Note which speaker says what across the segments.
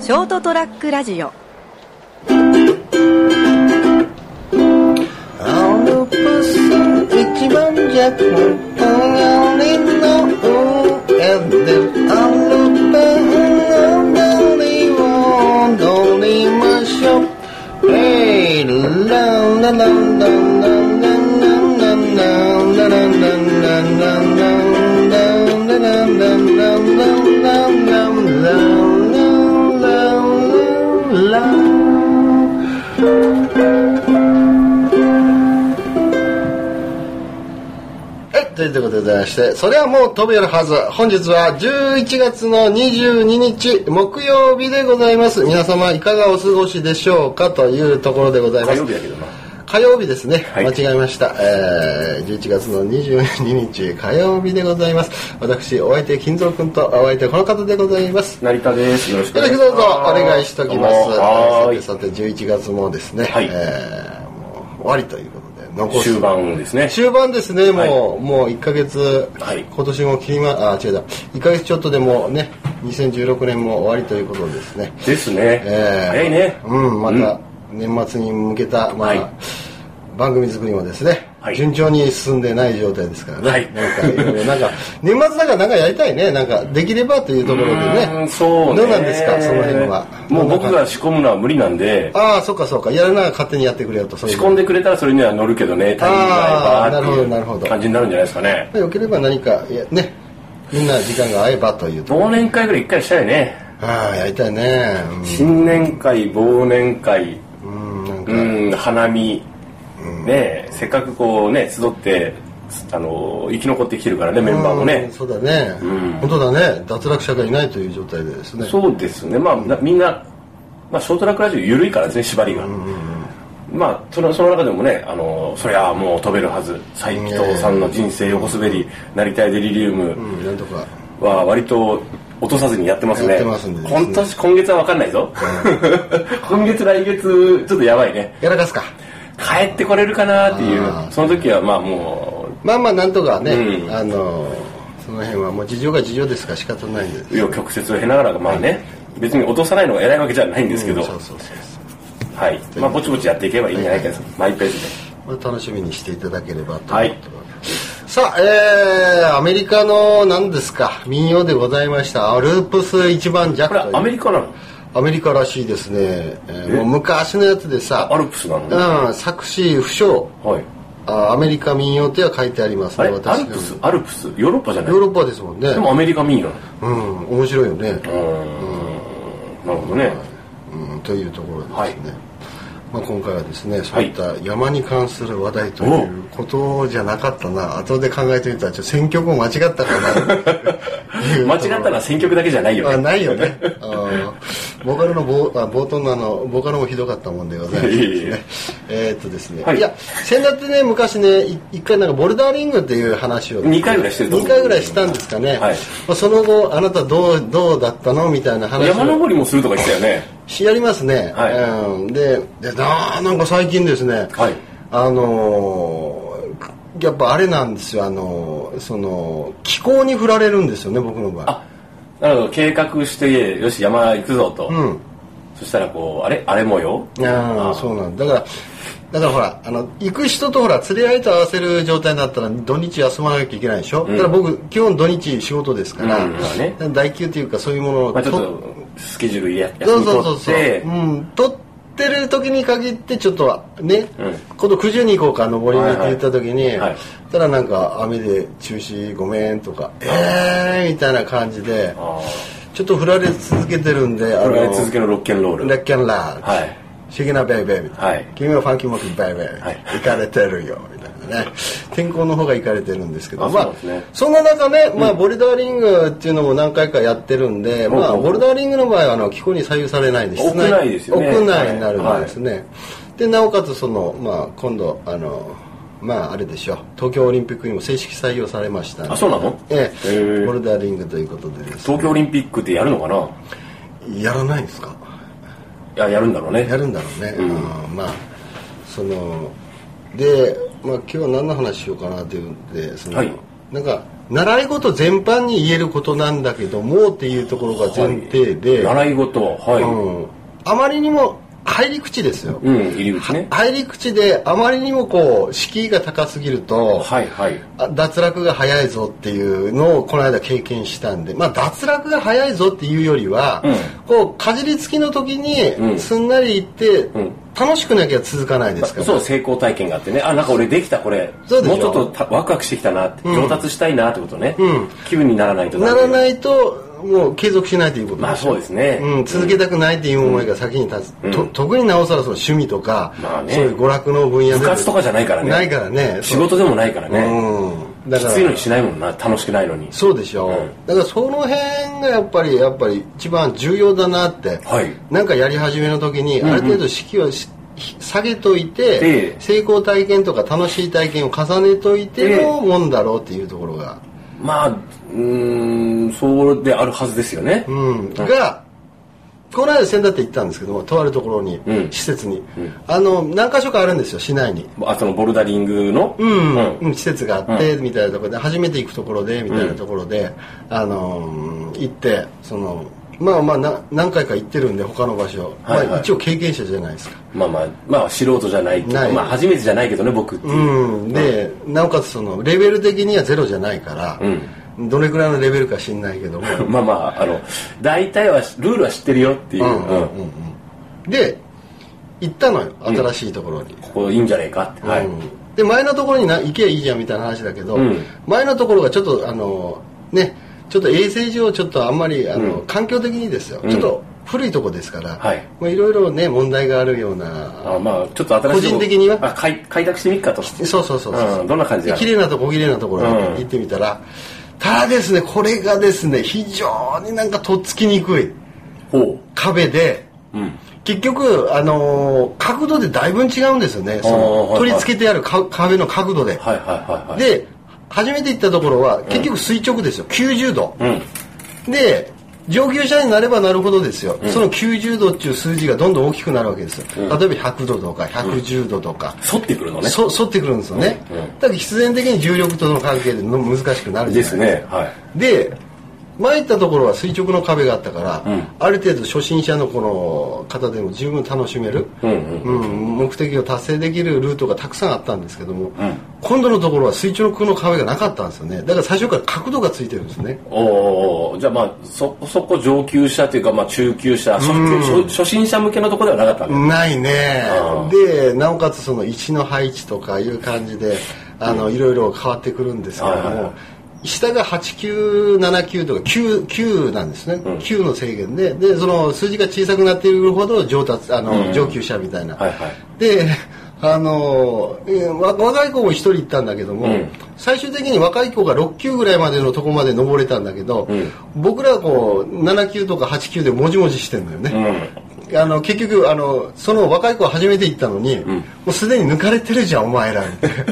Speaker 1: ショートトラックラジオ
Speaker 2: Avrupa's ilk bancak Pengalino Eder Avrupa Nodori Odorimashou Hey La la la la la la la la la la la la la la la la la la la la la la la la la はい、ということでございまして、それはもう飛びやるはず。本日は11月の22日木曜日でございます。皆様いかがお過ごしでしょうかというところでございます。
Speaker 3: 火曜日やけどな
Speaker 2: 火曜日ですね、
Speaker 3: い
Speaker 2: 間違えました、えー、11月の22日火曜日でございます私お相手金蔵君とお相手この方でございます
Speaker 3: 成田ですよろしく
Speaker 2: よろしくどうぞお願いしておきます
Speaker 3: どうもはーい
Speaker 2: さてさて11月もですね、
Speaker 3: はい
Speaker 2: えーもう終わりということで残す
Speaker 3: 終盤ですね
Speaker 2: 終盤ですね、もう、もう1ヶ月、
Speaker 3: はい
Speaker 2: 今年も切りま、あ、違うだ、1ヶ月ちょっとでもうね、2016年も終わりということですね。
Speaker 3: ですね、
Speaker 2: えー
Speaker 3: 早いね
Speaker 2: うん、また、年末に向けた、まあ、
Speaker 3: はい
Speaker 2: 番組作りもですね、
Speaker 3: はい
Speaker 2: 順調に進んでない状態ですからね。
Speaker 3: はい
Speaker 2: なんか、いろいろなんか、年末だからなんかやりたいね、なんか、できればというところで
Speaker 3: うー
Speaker 2: ね。
Speaker 3: んそうね
Speaker 2: どうなんですか、その辺は。
Speaker 3: もう僕が仕込むのは無理なんで
Speaker 2: ああ、そっかそっか、やるなら勝手にやってくれよと、そうい
Speaker 3: 仕
Speaker 2: う
Speaker 3: 込んでくれたらそれには乗るけどねタイミングが合えばって
Speaker 2: あーなるほどなるほ
Speaker 3: い
Speaker 2: ど
Speaker 3: う感じになるんじゃないですかね
Speaker 2: よければ何か、いやね、みんな時間が合えばというと。
Speaker 3: 忘年会ぐらい一回したいね
Speaker 2: ああ、やりたいね。
Speaker 3: 新年会忘年会
Speaker 2: うん、うんなんか、
Speaker 3: うん花見ねせっかくこうね集ってあの生き残ってきてるからねメンバーも
Speaker 2: うん
Speaker 3: ね
Speaker 2: そうだね、
Speaker 3: うん
Speaker 2: 本当だね、脱落者がいないという状態でですね。
Speaker 3: そうですねまあなみんな、まあ、ショートラックラジオ緩いからですね縛りが、まあそのその中でもねあのそりゃあもう飛べるはず斎藤さんの人生横滑り成田屋デリリウム
Speaker 2: うん、なんとか。
Speaker 3: は割と落とさずにやってます
Speaker 2: や
Speaker 3: ね
Speaker 2: ってますんでですね
Speaker 3: 今年今月は分かんないぞ 今月来月ちょっとやばいね
Speaker 2: やらかすか。
Speaker 3: 帰ってこれるかなってい
Speaker 2: あー
Speaker 3: うその時はまあも
Speaker 2: まあまあ、なんとかね、
Speaker 3: うん
Speaker 2: あの、その辺はもう事情が事情ですから仕方ないんで。
Speaker 3: う紆余曲折を経ながらまあね別に落とさないのが偉いわけじゃないんですけど、
Speaker 2: うんそうそうそうそう。
Speaker 3: はいまあぼちぼちやっていけばいいんじゃないかとマイペースで
Speaker 2: まあ、楽しみにしていただければと
Speaker 3: は
Speaker 2: 思
Speaker 3: い
Speaker 2: ってます。さあ、えー、アメリカの何ですか民謡でございましたアループス一番ジャッ
Speaker 3: これ
Speaker 2: ク
Speaker 3: アメリカなの
Speaker 2: アメリカらしいですね、えー
Speaker 3: え
Speaker 2: もう昔のやつでさ
Speaker 3: アルプスなのね
Speaker 2: うん、作詞不詳
Speaker 3: はい
Speaker 2: あアメリカ民謡っては書いてあります
Speaker 3: あ
Speaker 2: ね
Speaker 3: れアル
Speaker 2: の
Speaker 3: プスアルプスヨーロッパじゃない
Speaker 2: ヨーロッパですもんね
Speaker 3: でもアメリカ民謡
Speaker 2: うん面白いよね、
Speaker 3: なのうーんなるほどね
Speaker 2: うん、というところですね、
Speaker 3: はい
Speaker 2: まあ、今回はですねそういった山に関する話題ということじゃなかったな、後で考えてみたらちょっと選曲も間違ったか な
Speaker 3: 間違ったら選曲だけじゃないよ
Speaker 2: あ
Speaker 3: ね
Speaker 2: ないよ ねあーボーカルのボーあ冒頭のあのボーカルもひどかったもんでございます
Speaker 3: いえいえい
Speaker 2: ねえーっとですね、
Speaker 3: はい
Speaker 2: い、や先だってね昔ねい一回なんかボルダリングっていう話を
Speaker 3: 二回ぐらいしてると思う
Speaker 2: 2回ぐらいしたんですかね、
Speaker 3: はい
Speaker 2: まあその後あなたどうどうだったのみたいな話
Speaker 3: 山
Speaker 2: を
Speaker 3: 登りもするとか言ってたよね
Speaker 2: しやりますね、
Speaker 3: はい
Speaker 2: うん、ででななんか最近ですね、
Speaker 3: はい
Speaker 2: あのーやっぱあれなんですよあのーその気候に振られるんですよね僕の場合
Speaker 3: あなるほど計画してよし山行くぞと
Speaker 2: うん
Speaker 3: そしたらこうあれあれ模様
Speaker 2: ああそうなんだだからだからほらあの行く人とほら連れ合いと合わせる状態になったら土日休まなきゃいけないでしょ、だから僕基本土日仕事ですから、
Speaker 3: うんまあね
Speaker 2: 代休っていうかそういうものを
Speaker 3: まあちょっ
Speaker 2: と
Speaker 3: とスケジュールや
Speaker 2: そ
Speaker 3: 休
Speaker 2: う
Speaker 3: み
Speaker 2: そうそう
Speaker 3: 取っ
Speaker 2: そう、
Speaker 3: て
Speaker 2: うん、撮ってる時に限ってちょっとはね、
Speaker 3: うん
Speaker 2: 今度九十に行こうか登りにって言った時に、
Speaker 3: はいはい
Speaker 2: そしたらなんか雨で中止ごめんとかえーみたいな感じで
Speaker 3: あ
Speaker 2: ちょっと振られ続けてるんであ
Speaker 3: あこれ続けのロッケンロール
Speaker 2: レッキャンラー、
Speaker 3: はい
Speaker 2: シゲナベイベイみたいな、
Speaker 3: はい
Speaker 2: 君はファンキーモンキーベイベイ、
Speaker 3: はい
Speaker 2: 行かれてるよみたいなね天候の方が行かれてるんですけど
Speaker 3: あ
Speaker 2: ま
Speaker 3: そう
Speaker 2: あ
Speaker 3: ですね
Speaker 2: そんな中ね、まあ、ボルダリングっていうのも何回かやってるんで、ま
Speaker 3: ほうほ
Speaker 2: あ、
Speaker 3: う
Speaker 2: ボルダリングの場合はあの気候に左右されないんで
Speaker 3: 屋内ですよね
Speaker 2: 屋内になるんですね、でなおかつその、まあ、今度あのまああれでしょう東京オリンピックにも正式採用されましたんで
Speaker 3: あそうなの
Speaker 2: ええ
Speaker 3: へえ
Speaker 2: ボルダリングということでですね
Speaker 3: 東京オリンピックってやるのかな
Speaker 2: やらないんですか
Speaker 3: いややるんだろうね
Speaker 2: やるんだろうね、うんまあそので、まあ、今日は何の話しようかなっていうんでその、
Speaker 3: はい
Speaker 2: なんか習い事全般に言えることなんだけどもっていうところが前提で、
Speaker 3: 習い事はい、
Speaker 2: うん、あまりにも入り口ですよ、
Speaker 3: うん、入り口ね
Speaker 2: 入り口であまりにもこう敷居が高すぎると、
Speaker 3: はいはい
Speaker 2: あ脱落が早いぞっていうのをこの間経験したんで、まあ、脱落が早いぞっていうよりは、
Speaker 3: うん
Speaker 2: こうかじりつきの時
Speaker 3: う
Speaker 2: に
Speaker 3: ん
Speaker 2: すんなりいって、
Speaker 3: ん
Speaker 2: 楽しくなきゃ続かないですから
Speaker 3: そう成功体験があってねあなんか俺できたこれ
Speaker 2: そうでし
Speaker 3: も
Speaker 2: ょ
Speaker 3: うちょっとたワクワクしてきたなって、上達したいなってことね、
Speaker 2: うん
Speaker 3: 気分にならないと
Speaker 2: なら
Speaker 3: い
Speaker 2: ないともう継続しないということ
Speaker 3: まあそうですね、
Speaker 2: うん、続けたくないっていう思いが先に立つ、と特になおさらその趣味とか、
Speaker 3: まあね
Speaker 2: そういう娯楽の分野で
Speaker 3: 部活とかじゃないからね
Speaker 2: ないからね
Speaker 3: 仕事でもないからね、
Speaker 2: うんだ
Speaker 3: き
Speaker 2: から
Speaker 3: ついのにしないもんな楽しくないのに
Speaker 2: そうでしょ、だからその辺がやっぱりやっぱり一番重要だなって、
Speaker 3: はい
Speaker 2: なんかやり始めの時にある程度式をし下げといて、
Speaker 3: ええ
Speaker 2: 成功体験とか楽しい体験を重ねといてのもんだろうっていうところが、
Speaker 3: まあうーんそうであるはずですよね、
Speaker 2: うん、がこの間仙台って行ったんですけどもとあるところに、
Speaker 3: うん
Speaker 2: 施設に、あの何か所かあるんですよ市内に。
Speaker 3: あそのボルダリングの、
Speaker 2: うん
Speaker 3: うん
Speaker 2: うん、施設があってみたいなところで初めて行くところでみたいなところで、あのー行ってそのまあまあな何回か行ってるんで他の場所、
Speaker 3: はいはい
Speaker 2: まあ、一応経験者じゃないですか、
Speaker 3: まあまあまあ素人じゃないっていうか
Speaker 2: ない
Speaker 3: まあ初めてじゃないけどね僕っていう、
Speaker 2: うん、でなおかつそのレベル的にはゼロじゃないから、どれくらいのレベルか知んないけども
Speaker 3: まあまああの大体はルールは知ってるよっていう、
Speaker 2: うんうん
Speaker 3: うん
Speaker 2: で行ったのよ新しいところに、
Speaker 3: ここいいんじゃないかって、はい
Speaker 2: うんで前のところにな行けばいいじゃんみたいな話だけど、
Speaker 3: うん
Speaker 2: 前のところがちょっとあのねちょっと衛生上ちょっとあんまりあの、環境的にですよ、
Speaker 3: ん
Speaker 2: ちょっと古いとこですから、
Speaker 3: はい
Speaker 2: まあ、いろいろね問題があるような
Speaker 3: あまあちょっと新しいとこ
Speaker 2: 個人的には
Speaker 3: あ開開拓してみっかと
Speaker 2: そうそうそうそう、
Speaker 3: うんどんな感じ
Speaker 2: で
Speaker 3: だ
Speaker 2: 綺麗なとこ綺麗なところに
Speaker 3: うん
Speaker 2: 行ってみたら、ただですねこれがですね非常になんかとっつきにくい
Speaker 3: ほ
Speaker 2: 壁で
Speaker 3: う、うん、
Speaker 2: 結局、あのー角度でだいぶん違うんですよねそ
Speaker 3: あーはい
Speaker 2: の
Speaker 3: はい
Speaker 2: 取り付けてあるか壁の角度で、
Speaker 3: はいはいはいはい
Speaker 2: で初めて行ったところは結局垂直ですよ、90度、
Speaker 3: うん
Speaker 2: で上級者になればなるほどですよ、その90度っていう数字がどんどん大きくなるわけですよ、例えば100度とか110度とか、
Speaker 3: 沿ってくるのね
Speaker 2: そ沿ってくるんですよね、
Speaker 3: うんうん
Speaker 2: だから必然的に重力との関係での難しくなるじ
Speaker 3: で
Speaker 2: ゃないです
Speaker 3: すね
Speaker 2: か
Speaker 3: はい
Speaker 2: で前行ったところは垂直の壁があったから、
Speaker 3: うん
Speaker 2: ある程度初心者のこの方でも十分楽しめる、
Speaker 3: うんうん
Speaker 2: うん、目的を達成できるルートがたくさんあったんですけども、
Speaker 3: ん
Speaker 2: 今度のところは垂直の壁がなかったんですよねだから最初から角度がついてるんですね
Speaker 3: おーおーじゃあまあそそこ上級者というか、まあ、中級者初,、初初心者向けのところではなかったね
Speaker 2: ないね
Speaker 3: あ
Speaker 2: でなおかつその位置の配置とかいう感じであの、いろいろ変わってくるんですけども、
Speaker 3: はいはいはい
Speaker 2: 下が8979とか 9, 9なんですね、9の制限ででその数字が小さくなっているほど上達あの、上級者みたいな、
Speaker 3: はいはい
Speaker 2: であのえーわ若い子も一人行ったんだけども、
Speaker 3: うん
Speaker 2: 最終的に若い子が6級ぐらいまでのとこまで登れたんだけど、
Speaker 3: ん
Speaker 2: 僕らはこう7級とか8級でもじもじしてんのよ
Speaker 3: う
Speaker 2: ね、
Speaker 3: ん
Speaker 2: あの結局あのその若い子は初めて行ったのに、もうすでに抜かれてるじゃんお前 らみたいな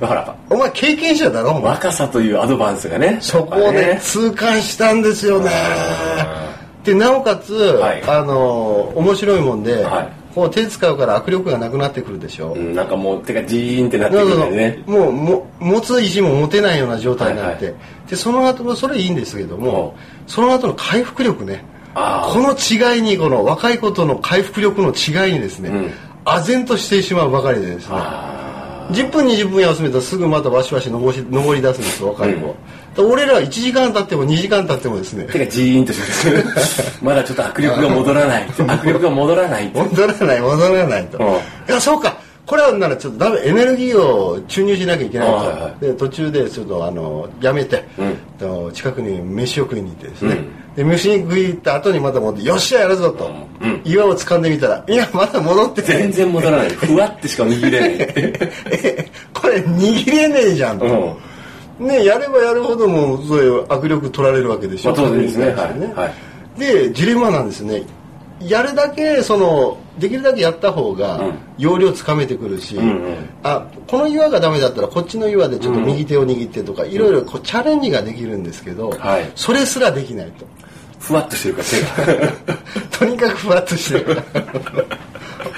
Speaker 3: だから
Speaker 2: お前経験者だろお前
Speaker 3: 若さというアドバンスがね
Speaker 2: そこを
Speaker 3: や
Speaker 2: ね
Speaker 3: っ
Speaker 2: 痛感したんですよね でなおかつ、
Speaker 3: い
Speaker 2: あの面白いもんで、
Speaker 3: はい
Speaker 2: こう手使うから握力がなくなってくるでしょ、
Speaker 3: ぱねうん、なんかもう手がジーンってなって
Speaker 2: な
Speaker 3: く
Speaker 2: るほ
Speaker 3: るんだ
Speaker 2: ど
Speaker 3: よね
Speaker 2: もうも持つ意地も持てないような状態になって、
Speaker 3: はい
Speaker 2: でその後もそれいいんですけども、
Speaker 3: ほ
Speaker 2: その後の回復力ね
Speaker 3: あ
Speaker 2: この違いにこの若い子との回復力の違いにですね、
Speaker 3: ん
Speaker 2: 唖然としてしまうばかりでですね10分20分休めたらすぐまたわしわし登り登り出すんですよ若い子、で俺らは1時間経っても2時間経ってもですね
Speaker 3: 手がジーンとしてる まだちょっと握力が戻 らない握力が戻らないって
Speaker 2: 戻らない戻らないと、
Speaker 3: うん
Speaker 2: いやそうかこれはならちょっとだめエネルギーを注入しなきゃいけないと、
Speaker 3: あはいはい
Speaker 2: で途中でちょっとあのやめて、
Speaker 3: うん
Speaker 2: あの近くに飯を食いに行ってですね、で飯に食い行った後にまた戻ってよっしゃやるぞと、
Speaker 3: うんうん
Speaker 2: 岩を掴んでみたらいやまだ戻って
Speaker 3: 全然戻らないふわってしか握れない
Speaker 2: えこれ握れねえじゃんと、
Speaker 3: うん
Speaker 2: ねやればやるほどもうそういう握力取られるわけでしょ、
Speaker 3: まあ当然ですね
Speaker 2: 確認に対して
Speaker 3: はいは
Speaker 2: でジレンマなんですねやるだけそのできるだけやった方が
Speaker 3: うん
Speaker 2: 容量つかめてくるし、
Speaker 3: んうん
Speaker 2: あこの岩がダメだったらこっちの岩でちょっと右手を握ってとか、いろいろこうチャレンジができるんですけど、
Speaker 3: はい
Speaker 2: それすらできないと
Speaker 3: ふわっとしてるから手が
Speaker 2: とにかくふわっとしてる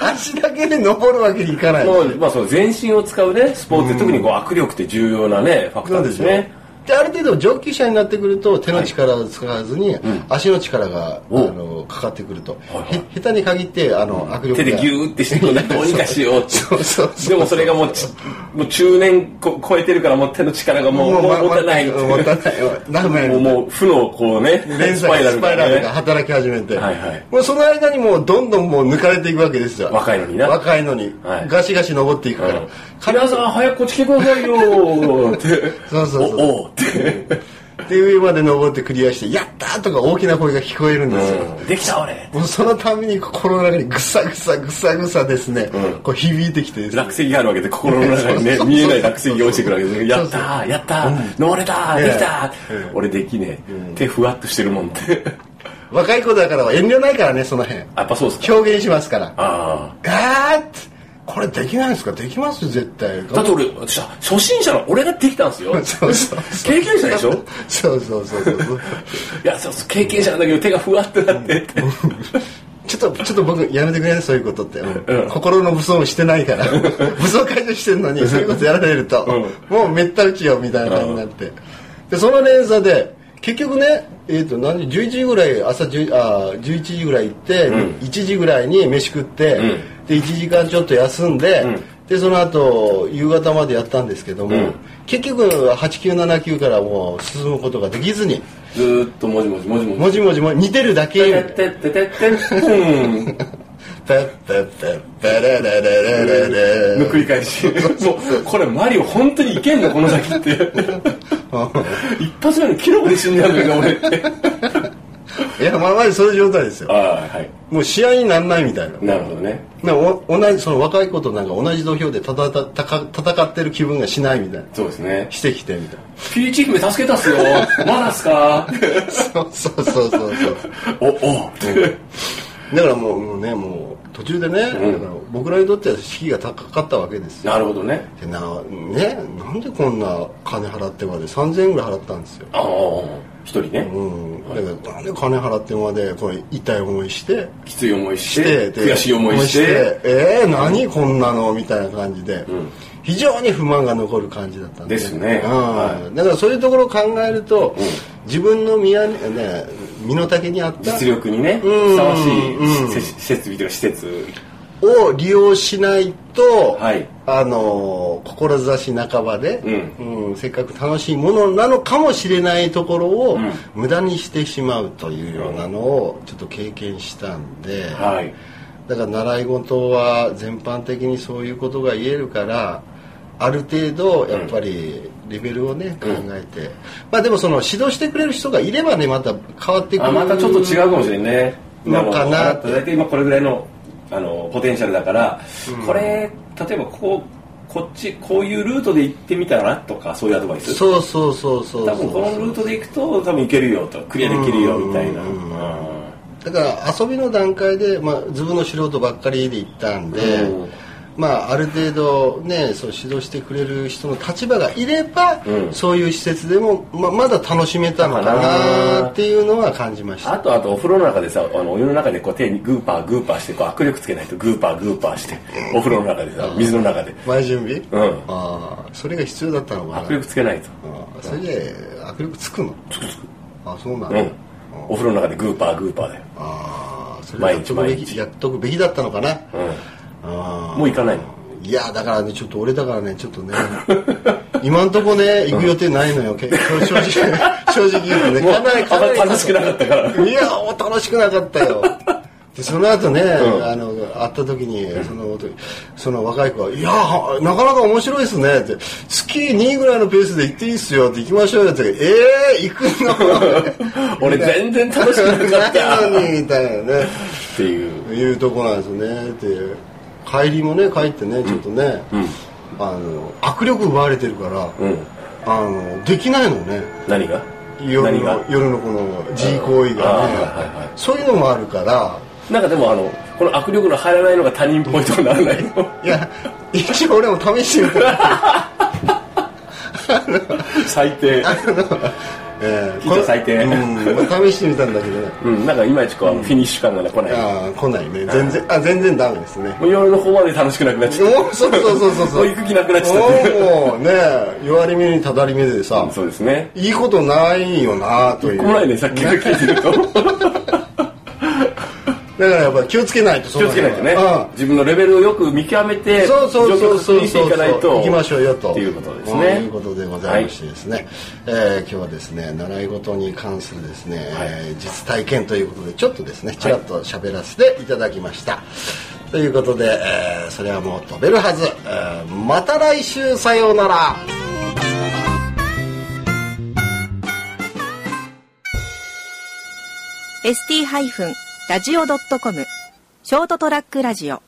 Speaker 2: 足だけで登るわけにいかない
Speaker 3: もうまあ、その全身を使うねスポーツで、特にこう握力って重要なねファクターです
Speaker 2: そうで
Speaker 3: ね
Speaker 2: である程度上級者になってくると手の力を使わずに足の力が、
Speaker 3: お
Speaker 2: あのかかってくると、
Speaker 3: はいはい
Speaker 2: へ下手に限ってあの、握力
Speaker 3: 手
Speaker 2: が
Speaker 3: でギューって してこうどうにかしようって
Speaker 2: そうそうそう
Speaker 3: でもそれがもうちもう中年こ超えてるからもう手の力がもうも
Speaker 2: ま
Speaker 3: う持たない
Speaker 2: もう持たないわダメ
Speaker 3: もうもう負のこうね
Speaker 2: 連鎖がス
Speaker 3: みた
Speaker 2: パイ
Speaker 3: いな
Speaker 2: ラ
Speaker 3: ね
Speaker 2: ルが働き始めて、
Speaker 3: はいはい
Speaker 2: もうその間にもうどんどんもう抜かれていくわけですよ
Speaker 3: 若いのにな
Speaker 2: 若いのに、
Speaker 3: はい
Speaker 2: ガシガシ登っていくから、
Speaker 3: 金沢早くこっち来てくださいよーって
Speaker 2: そうそうそう
Speaker 3: おおーって、
Speaker 2: で上まで登ってクリアして「やった!」とか大きな声が聞こえるんですよ、
Speaker 3: うんできた俺
Speaker 2: もうそのために心の中にぐさぐさぐさぐさですね、こう響いてきてですね
Speaker 3: 落石があるわけで心の中にね
Speaker 2: そうそうそう
Speaker 3: 見えない落石が落ちてくるわけですやったーやったー、登れたー、
Speaker 2: ええ
Speaker 3: できたー、俺できねえ、手ふわっとしてるもんって
Speaker 2: 若い子だからは遠慮ないからねその辺
Speaker 3: やっぱそうですか
Speaker 2: 表現しますから
Speaker 3: あ
Speaker 2: ガーッこれできないんですかできますよ絶対
Speaker 3: あだって俺私初心者の俺ができたんですよ
Speaker 2: そうそうそう
Speaker 3: 経験者でしょ
Speaker 2: そうそうそうそうそう
Speaker 3: いやそうそう経験者なんだけど手がふわってなってって
Speaker 2: ちょっと、ちょっと僕、やめてくれね、そういうことって。
Speaker 3: うん
Speaker 2: 心の武装をしてないから。武装解除してるのに、そういうことやられると、もうめった打ちよ、みたいな感じになって。で、その連鎖で、結局ね、えっ、と、何時、11時ぐらい、朝10あー11時ぐらい行って、1時ぐらいに飯食って、で、1時間ちょっと休んで、で、その後、夕方までやったんですけども、結局、8級、7級からもう進むことができずに、
Speaker 3: ずーっともじもじもじもじ
Speaker 2: もじもじも似てるだけみたいな
Speaker 3: てってってってうん
Speaker 2: ペッペッペッペレレレレレレ
Speaker 3: の繰り返 しもうこれマリオ本当にいけんのこの先って 一発目のキロで死んじゃうんだけど俺って
Speaker 2: いやまあまあそういう状態です
Speaker 3: あ
Speaker 2: よ
Speaker 3: あはい
Speaker 2: もう試合にならないみたいな
Speaker 3: なるほどね
Speaker 2: なお同じその若い子となんか同じ土俵で戦戦戦ってる気分がしないみたいな
Speaker 3: そうですね
Speaker 2: してきてみたいな
Speaker 3: ピーチ姫助けたっすよまだっすか
Speaker 2: そうそうそうそうそう
Speaker 3: おおって
Speaker 2: だからもうもうねもう途中でね、だから僕らにとっては士気が高かったわけですよ
Speaker 3: なるほどね
Speaker 2: でなねなんでこんな金払ってまで3000円ぐらい払ったんですよ
Speaker 3: ああ一人ね、
Speaker 2: うんだからなんで金払ってまでこれ痛い思いして
Speaker 3: きつい思いし
Speaker 2: して
Speaker 3: て悔しい思いして
Speaker 2: えー、何こんなのみたいな感じで、非常に不満が残る感じだったん
Speaker 3: ですね
Speaker 2: うん
Speaker 3: は
Speaker 2: だからそういうところを考えると、自分の身や、ね、身の丈に合った
Speaker 3: 実力にね
Speaker 2: うん
Speaker 3: ふさわし
Speaker 2: うん
Speaker 3: いせ施設備というか施設
Speaker 2: を利用しないと、
Speaker 3: はい
Speaker 2: あのー志半ばで、
Speaker 3: う
Speaker 2: うんせっかく楽しいものなのかもしれないところを、
Speaker 3: ん
Speaker 2: 無駄にしてしまうというようなのをちょっと経験したんで。
Speaker 3: はい
Speaker 2: だから習い事は全般的にそういうことが言えるからある程度やっぱりレベルをね、考えてまあでもその指導してくれる人がいればねまた変わってく
Speaker 3: あ
Speaker 2: る
Speaker 3: またちょっと違うかもしれないね
Speaker 2: のかな
Speaker 3: あの大体今これぐらいのあのポテンシャルだから、これ例えばこうこっちこういうルートで行ってみたらとかそういうアドバイス
Speaker 2: そうそうそうそう
Speaker 3: 多分このルートで行くと多分行けるよとクリアできるよみたいな
Speaker 2: うん
Speaker 3: うん
Speaker 2: だから遊びの段階で、まあ、ズブの素人ばっかりで行ったんで、
Speaker 3: うん
Speaker 2: まあ、ある程度、ね、そう指導してくれる人の立場がいれば、
Speaker 3: うん
Speaker 2: そういう施設でも、まあ、まだ楽しめたのかなっていうのは感じました
Speaker 3: あとあとお風呂の中でさあのお湯の中でこう手にグーパーグーパーしてこう握力つけないとグーパーグーパーしてお風呂の中でさ水の中で
Speaker 2: 前準備、
Speaker 3: うん
Speaker 2: ああそれが必要だったのかな
Speaker 3: 握力つけないと
Speaker 2: ああそれで握力つくのつくつくあそうなん
Speaker 3: う
Speaker 2: だ、
Speaker 3: んお風呂の中でグーパーグーパーだよ
Speaker 2: ああそれやっとくべ
Speaker 3: 毎
Speaker 2: き
Speaker 3: 日
Speaker 2: やっとくべきだったのかな、
Speaker 3: う
Speaker 2: あ
Speaker 3: んもう行かないの
Speaker 2: あいやだからねちょっと俺だからねちょっとね今んとこね行く予定ないのよ、け正直正直言うとね
Speaker 3: もう
Speaker 2: かなりかなり
Speaker 3: 楽しくなかったから
Speaker 2: いやお楽しくなかった よでその後ね、あの会った時にそのその若い子が「いやなかなか面白いですね」って「月2ぐらいのペースで行っていいっすよ」って「行きましょうよ」って「ええー、行くの
Speaker 3: 俺全然楽しくなかっ
Speaker 2: な
Speaker 3: た
Speaker 2: いのに」みたいなね
Speaker 3: っていう
Speaker 2: いうとこなんですよねっていう帰りもね帰ってねちょっとね、あの握力奪われてるから、
Speaker 3: うん
Speaker 2: あのできないのね
Speaker 3: 何が
Speaker 2: 夜
Speaker 3: 何が
Speaker 2: の夜のこの G 行為がね、
Speaker 3: あーはいはい
Speaker 2: そういうのもあるから
Speaker 3: なんかでもあのこの握力の入らないのが他人っぽいとかならないの
Speaker 2: い や一応俺も試してみた
Speaker 3: 最低
Speaker 2: あのええ
Speaker 3: 以上最低
Speaker 2: うんまあ、試してみたんだけどね
Speaker 3: うん、なんかいまいちこう、フィニッシュ感がね来ない。
Speaker 2: ああ来ないね全然あ全然ダメですね
Speaker 3: もう夜の方まで楽しくなくなっちゃった。
Speaker 2: おそうそうそうそう
Speaker 3: も
Speaker 2: そうう
Speaker 3: 行く気なくなっちゃったっていう。
Speaker 2: おおねえ弱り目にただり目でさ
Speaker 3: そうですね。
Speaker 2: いいことないよなという
Speaker 3: 来ないね、さっきから聞いて ると。
Speaker 2: だからやっぱ気をつけないと
Speaker 3: 気をつけないとね
Speaker 2: うん。
Speaker 3: 自分のレベルをよく見極めて、
Speaker 2: そうそうそうそうそう
Speaker 3: 状況を確認していかないと。
Speaker 2: 行きましょうよと
Speaker 3: っていうことです
Speaker 2: とい
Speaker 3: ね
Speaker 2: う。ことでございましてですね、えー今日はですね習い事に関するですね、えー実体験ということでちょっとですねちらっと喋らせていただきました、ということで、えーそれはもう飛べるはず、えーまた来週さようなら
Speaker 1: ST-radio.com ショートトラックラジオ